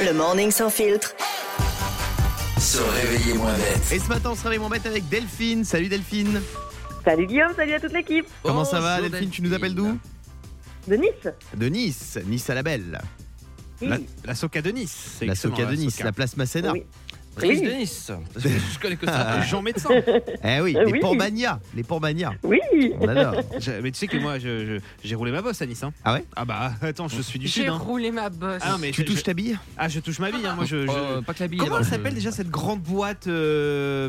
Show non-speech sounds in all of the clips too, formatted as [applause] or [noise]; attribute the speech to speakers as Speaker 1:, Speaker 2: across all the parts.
Speaker 1: Le morning sans filtre.
Speaker 2: Se réveiller moins bête.
Speaker 3: Et ce matin, on se réveille mon bête avec Delphine. Salut Delphine.
Speaker 4: Salut Guillaume, salut à toute l'équipe
Speaker 3: Comment ça va,
Speaker 5: Oh, Bonjour,
Speaker 3: Delphine, Tu nous appelles d'où
Speaker 4: de Nice.
Speaker 3: De Nice, Nice à la Belle.
Speaker 4: Oui.
Speaker 5: la, la Soca de Nice. c'est
Speaker 3: La
Speaker 5: excellent,
Speaker 3: Soca de Nice,
Speaker 5: Soca.
Speaker 3: la place Masséna.
Speaker 4: Oui.
Speaker 5: Brice
Speaker 4: Oui.
Speaker 5: de Nice. Je connais que [laughs] ça. Jean médecin.
Speaker 3: Eh oui,
Speaker 4: Euh,
Speaker 3: les
Speaker 4: oui.
Speaker 3: Porbagna. Les Porbagna.
Speaker 4: Oui,
Speaker 5: [laughs]
Speaker 3: On adore.
Speaker 5: Je- mais tu sais que moi, je- je- j'ai roulé ma bosse à Nice. hein.
Speaker 3: Ah ouais
Speaker 5: Ah bah attends, je suis du
Speaker 6: J'ai
Speaker 5: sud. hein.
Speaker 6: roulé ma bosse.
Speaker 5: Ah non, mais
Speaker 3: tu
Speaker 5: je-
Speaker 3: touches
Speaker 5: je-
Speaker 3: ta bille
Speaker 5: Ah je touche ma vie. Hein. Moi je. je-
Speaker 7: euh,
Speaker 6: pas que la bille.
Speaker 5: Comment elle s'appelle déjà cette grande boîte euh,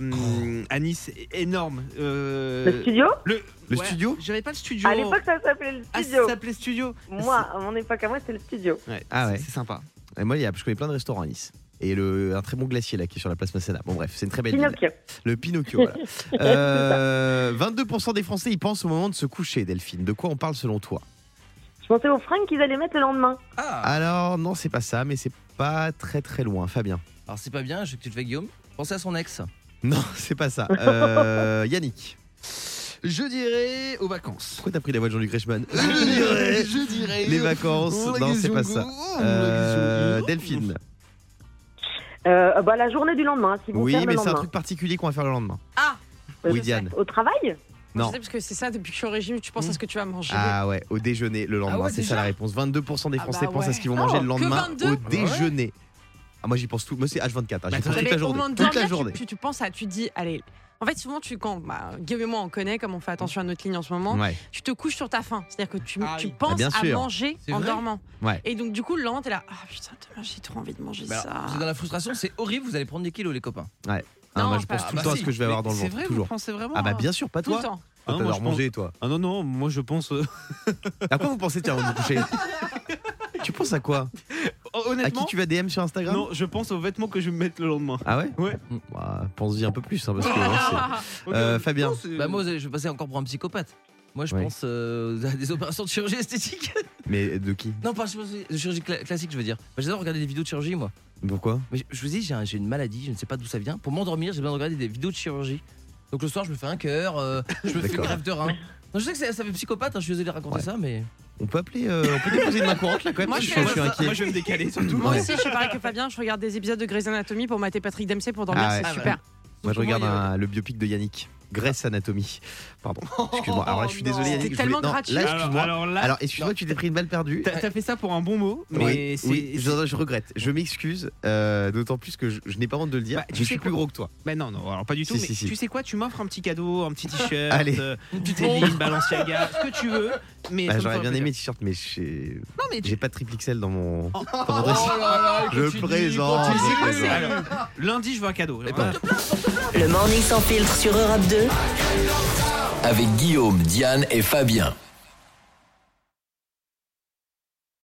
Speaker 5: à Nice é- énorme euh,
Speaker 4: le studio
Speaker 5: Le,
Speaker 3: Le
Speaker 5: ouais,
Speaker 3: studio
Speaker 5: J'avais pas le studio.
Speaker 4: À l'époque, ça s'appelait le
Speaker 5: ah,
Speaker 4: studio.
Speaker 5: ça s'appelait studio.
Speaker 4: moi, à mon époque, à moi, c'était le studio.
Speaker 5: Ouais,
Speaker 3: Ah
Speaker 5: c'est-
Speaker 3: ouais.
Speaker 5: C'est sympa.
Speaker 3: Et Eh, moi, il y a- je connais plein de restaurants à Nice. Et le, un très bon glacier là qui est sur la place Masséna. Bon, bref, c'est une très belle ville.
Speaker 4: Pinocchio.
Speaker 3: Le Pinocchio,
Speaker 4: [laughs]
Speaker 3: voilà. Euh, 22% des Français y pensent au moment de se coucher, Delphine. De quoi on parle selon toi
Speaker 4: Je pensais aux fringues qu'ils allaient mettre le lendemain.
Speaker 5: Ah.
Speaker 3: Alors, non, c'est pas ça, mais c'est pas très très loin. Fabien.
Speaker 7: Alors c'est pas bien, je sais que tu le fais Guillaume. Pensez à son ex.
Speaker 3: Non, [laughs] c'est pas ça. Euh, Yannick.
Speaker 5: Je dirais aux vacances.
Speaker 3: Pourquoi t'as pris la voix de Jean-Luc Reichmann [laughs]
Speaker 5: Je dirais. Je dirais.
Speaker 3: Les vacances.
Speaker 5: Oh,
Speaker 3: Non, c'est pas ça. Euh, Delphine.
Speaker 4: Euh, bah, la journée du lendemain, si vous
Speaker 3: Oui,
Speaker 4: le
Speaker 3: mais c'est un
Speaker 4: lendemain.
Speaker 3: truc particulier qu'on va faire le lendemain.
Speaker 6: Ah, bah,
Speaker 4: Euh,
Speaker 3: Oui,
Speaker 4: je
Speaker 3: Diane.
Speaker 4: sais. Au travail
Speaker 3: Non. Hmm.
Speaker 6: Je sais parce que c'est ça, depuis que je suis au régime, tu penses à ce que tu vas manger.
Speaker 3: Ah ouais, au déjeuner le lendemain,
Speaker 6: Ah ouais,
Speaker 3: c'est ça
Speaker 6: déjà
Speaker 3: la réponse. 22% des
Speaker 6: Ah
Speaker 3: Français
Speaker 6: bah
Speaker 3: pensent à
Speaker 6: ouais.
Speaker 3: ce qu'ils vont manger
Speaker 4: Oh,
Speaker 3: le lendemain
Speaker 6: que Bah
Speaker 3: au
Speaker 6: 22?
Speaker 3: déjeuner. Ah moi j'y pense tout, moi c'est H24, hein, j'y
Speaker 5: Bah,
Speaker 3: pense
Speaker 5: attends,
Speaker 3: toute
Speaker 6: Mais
Speaker 3: la
Speaker 6: au
Speaker 3: journée,
Speaker 6: moment de
Speaker 3: toute
Speaker 6: dormir,
Speaker 3: la
Speaker 6: tu-
Speaker 3: journée.
Speaker 6: Tu, tu penses à, tu te dis, allez. En fait, souvent, tu quand bah, Guillaume et moi, on connaît, comme on fait attention à notre ligne en ce moment,
Speaker 3: Ouais.
Speaker 6: tu te couches sur ta faim. C'est-à-dire que tu,
Speaker 5: Ah
Speaker 6: tu
Speaker 5: oui.
Speaker 6: penses
Speaker 3: Ah, Hmm. bien
Speaker 6: à
Speaker 3: sûr.
Speaker 6: manger
Speaker 7: C'est
Speaker 6: en
Speaker 7: vrai
Speaker 6: dormant.
Speaker 3: Ouais.
Speaker 6: Et donc, du coup, le lendemain, t'es là, ah putain, demain, j'ai trop envie de manger
Speaker 7: Bah,
Speaker 6: ça.
Speaker 7: alors, vous êtes dans la frustration, c'est horrible, vous allez prendre des kilos les copains.
Speaker 3: Ah,
Speaker 6: Non,
Speaker 3: moi je
Speaker 6: pas-
Speaker 3: pense
Speaker 6: ah
Speaker 3: tout le
Speaker 7: bah
Speaker 3: temps à
Speaker 7: si,
Speaker 3: ce que je vais avoir dans le ventre, toujours.
Speaker 5: pensez vraiment
Speaker 3: Ah bah
Speaker 5: à-
Speaker 3: bien sûr, pas
Speaker 6: Tout le
Speaker 3: toi.
Speaker 6: temps.
Speaker 3: Toi,
Speaker 5: Ah, moi,
Speaker 3: T'adores
Speaker 5: je pense-
Speaker 3: manger toi.
Speaker 5: Ah non, non, moi je pense. euh, [laughs]
Speaker 3: À quoi vous pensez tiens avant de vous coucher
Speaker 6: [laughs]
Speaker 3: Tu penses à quoi À
Speaker 5: Oh, Honnêtement,
Speaker 3: qui tu vas DM sur Instagram
Speaker 5: non, je pense aux vêtements que je vais me mettre le lendemain.
Speaker 3: Ah ouais
Speaker 5: Ouais.
Speaker 3: Bah, Pense-y un peu plus hein, parce que
Speaker 5: [laughs]
Speaker 3: hein, c'est- Euh, Fabien.
Speaker 7: Bah moi je vais passer encore pour un psychopathe. Moi je
Speaker 3: Oui.
Speaker 7: pense euh, à des opérations de chirurgie esthétique.
Speaker 3: Mais de qui
Speaker 7: [laughs] non pas chirurgie- de chirurgie cla- classique je veux dire. Bah, J'adore regarder des vidéos de chirurgie moi.
Speaker 3: Pourquoi
Speaker 7: Mais je, je vous dis j'ai un- j'ai une maladie, je ne sais pas d'où ça vient. Pour m'endormir j'ai besoin de regarder des vidéos de chirurgie. Donc le soir je me fais un cœur, euh, je me fais une
Speaker 3: D'accord.
Speaker 7: grève de rein. Non, je sais que ça, ça fait psychopathe, hein, je suis désolé de raconter
Speaker 3: Ouais.
Speaker 7: ça mais...
Speaker 3: On peut appeler, euh, on peut déposer une main courante là quand même.
Speaker 6: Moi,
Speaker 3: parce
Speaker 6: je
Speaker 3: que
Speaker 6: suis-
Speaker 3: je suis inquiet.
Speaker 5: Moi je vais me décaler surtout.
Speaker 6: Moi
Speaker 3: Ouais.
Speaker 6: aussi, je suis pareil que Fabien, je regarde des épisodes de Grey's Anatomy pour mater Patrick Dempsey pour dormir,
Speaker 3: Ah ouais.
Speaker 6: c'est
Speaker 7: Ah,
Speaker 6: super.
Speaker 3: Moi, je
Speaker 7: Pour moi,
Speaker 3: regarde
Speaker 7: il y a-
Speaker 3: un- le biopic de Yannick. Graisse Anatomie.
Speaker 5: [laughs]
Speaker 3: Pardon. Excuse-moi. Alors là, je suis
Speaker 6: non.
Speaker 3: désolé, Yannick.
Speaker 6: C'était
Speaker 3: je voulais-
Speaker 6: tellement
Speaker 3: non,
Speaker 6: gratuit.
Speaker 3: Là,
Speaker 5: Alors,
Speaker 3: [coughs] excuse-moi. Alors,
Speaker 5: alors là,
Speaker 3: excuse-moi, tu t'es pris une balle perdue.
Speaker 5: t'as t'as fait ça pour un bon mot, mais
Speaker 3: oui,
Speaker 5: c'est.
Speaker 3: oui, je, je regrette. Je m'excuse, euh, d'autant plus que je, je n'ai pas honte de le dire.
Speaker 5: Bah, tu
Speaker 3: je
Speaker 5: sais
Speaker 3: suis plus
Speaker 5: quoi
Speaker 3: gros que toi.
Speaker 5: Mais non, non, alors pas du
Speaker 3: Si,
Speaker 5: tout.
Speaker 3: si,
Speaker 5: mais
Speaker 3: si.
Speaker 5: Tu sais quoi, tu m'offres un petit cadeau, un petit t-shirt,
Speaker 3: [laughs] Allez.
Speaker 5: euh, une petite ligne, Balenciaga, ce que tu veux. Mais
Speaker 3: Bah,
Speaker 5: ça me
Speaker 3: J'aurais
Speaker 5: fera
Speaker 3: bien
Speaker 5: plaisir.
Speaker 3: aimé le t-shirt, mais j'ai
Speaker 5: Non, mais tu.
Speaker 3: j'ai pas de triple XL dans mon. dans mon
Speaker 7: Oh
Speaker 3: dressing.
Speaker 7: là là,
Speaker 3: Je
Speaker 7: continue,
Speaker 3: présente.
Speaker 7: continue.
Speaker 3: je présente.
Speaker 5: Alors, lundi, je veux un cadeau.
Speaker 3: Eh
Speaker 7: Et
Speaker 3: ben,
Speaker 5: Voilà.
Speaker 1: Le morning sans filtre sur Europe 2.
Speaker 2: Avec Guillaume, Diane et Fabien.